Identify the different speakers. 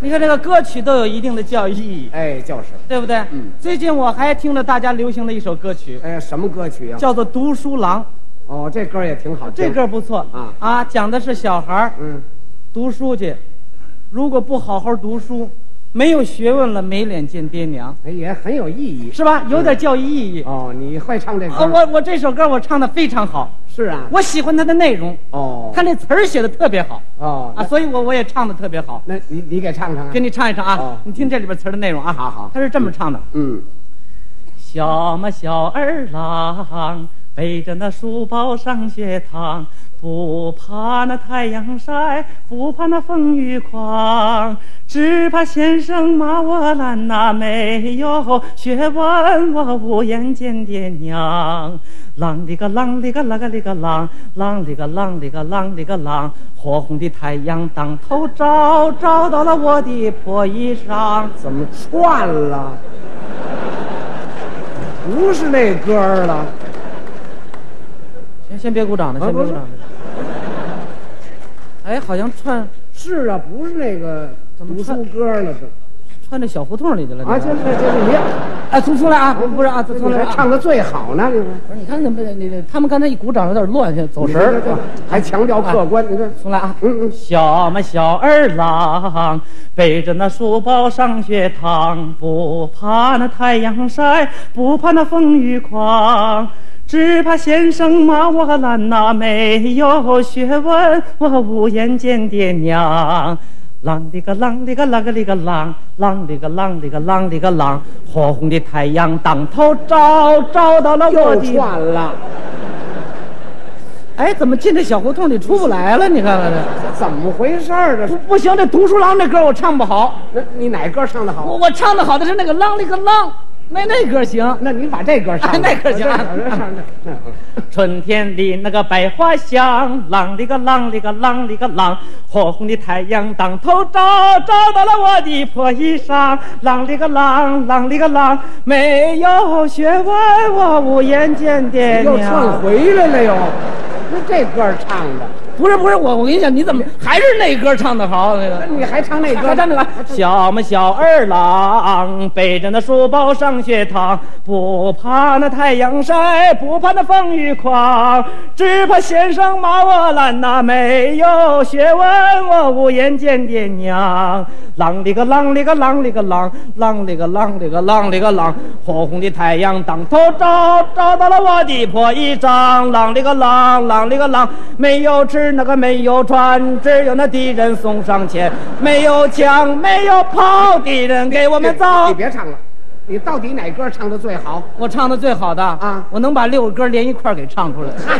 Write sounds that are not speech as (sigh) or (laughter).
Speaker 1: 你看这个歌曲都有一定的教育意义，
Speaker 2: 哎，就是，
Speaker 1: 对不对？
Speaker 2: 嗯
Speaker 1: 最近我还听着大家流行的一首歌曲，
Speaker 2: 哎，什么歌曲啊？
Speaker 1: 叫做《读书郎》，
Speaker 2: 哦，这歌也挺好听。
Speaker 1: 这歌不错
Speaker 2: 啊
Speaker 1: 讲的是小孩儿
Speaker 2: 嗯，
Speaker 1: 读书去，如果不好好读书，没有学问了，没脸见爹娘，
Speaker 2: 哎，也很有意义。
Speaker 1: 是吧？有点教育意义。
Speaker 2: 哦，你会唱这歌？
Speaker 1: 啊，我我这首歌我唱的非常好，
Speaker 2: 是啊。
Speaker 1: 我喜欢它的内容，
Speaker 2: 哦，
Speaker 1: 它那词儿写的特别好
Speaker 2: 哦，
Speaker 1: 啊，
Speaker 2: 那
Speaker 1: 所以我我也唱的特别好，
Speaker 2: 那你你给唱唱啊
Speaker 1: 给。你唱一唱啊
Speaker 2: 哦，
Speaker 1: 你听这里边词儿的内容啊。
Speaker 2: 好好
Speaker 1: 它是这么唱的：
Speaker 2: 嗯，
Speaker 1: 小嘛小儿郎，背着那书包上学堂，不怕那太阳晒，不怕那风雨狂，只怕先生骂我懒呐、没有学问，我无颜见爹娘。啷里个啷里个啷个里个啷，啷里个啷里个啷里个啷，火红的太阳当头照，照到了我的破衣裳。
Speaker 2: 怎么串了？不是那歌儿了。
Speaker 1: 先先别鼓掌了，
Speaker 2: 啊
Speaker 1: 先别
Speaker 2: 不
Speaker 1: 鼓
Speaker 2: 是
Speaker 1: 掌了。哎，好像串
Speaker 2: 是啊，不是那个
Speaker 1: 怎么
Speaker 2: 读
Speaker 1: 串
Speaker 2: 书歌儿了，这
Speaker 1: 串这小胡同里去了。
Speaker 2: 啊，
Speaker 1: 这
Speaker 2: 就是就是你，
Speaker 1: 哎，从出来啊，不不是啊，从从
Speaker 2: 你
Speaker 1: 来
Speaker 2: 还
Speaker 1: 啊
Speaker 2: 唱的最好呢，你
Speaker 1: 不
Speaker 2: 看
Speaker 1: 是你看怎么你你他们刚才一鼓掌有点乱，现在走
Speaker 2: 你
Speaker 1: 神
Speaker 2: 这
Speaker 1: 儿。
Speaker 2: 这这还强调客观，你看，
Speaker 1: 从来啊，
Speaker 2: 嗯嗯，
Speaker 1: 小嘛小儿郎，背着那书包上学堂，不怕那太阳晒，不怕那风雨狂，只怕先生骂我懒呐、没有学问，我无颜见爹娘。啷里个啷里个啷个里个啷，啷里个啷里个啷里个啷，火红的太阳当头照，照到了我
Speaker 2: 又
Speaker 1: 的。
Speaker 2: 串了，
Speaker 1: 哎，怎么进这小胡同里出不来了？你看看这。
Speaker 2: 怎么回事儿这
Speaker 1: 不
Speaker 2: 是？
Speaker 1: 不行，这读书郎这歌我唱不好，
Speaker 2: 那你哪歌唱的好
Speaker 1: 我？我唱的好的是那个啷里个啷，那那歌行。
Speaker 2: (laughs) 那你把这歌唱
Speaker 1: 那歌行啊
Speaker 2: 我这唱的。
Speaker 1: 春天里那个百花香，啷里个啷里个啷里个啷，火红的太阳当头照，照到了我的破衣裳。啷里个啷，啷里个啷，没有学问，我无颜见爹
Speaker 2: 又
Speaker 1: 娘
Speaker 2: 串。回来了又，那这歌儿唱的，
Speaker 1: 不是不是，我我跟你讲，你怎么还是那歌唱的好？那个
Speaker 2: 那。哎你还唱那歌
Speaker 1: 快
Speaker 2: 儿？
Speaker 1: 站起来！小嘛小儿郎，背着那书包上学堂，不怕那太阳晒，不怕那风雨狂，只怕先生骂我懒呐、没有学问，我无颜见爹娘。啷里个啷里个啷里个啷，啷里个啷里个啷里个啷，火红的太阳当头照，照到了我的破衣裳。啷里个啷，啷里个啷，没有吃那个没有穿，只有那敌人送上前。没有枪，没有炮，敌人给我
Speaker 2: 你
Speaker 1: 们造
Speaker 2: 你。别唱了，你到底哪歌儿唱的最好？
Speaker 1: 我唱的最好的
Speaker 2: 啊
Speaker 1: 我能把六个歌连一块儿给唱出来。
Speaker 2: 嗨，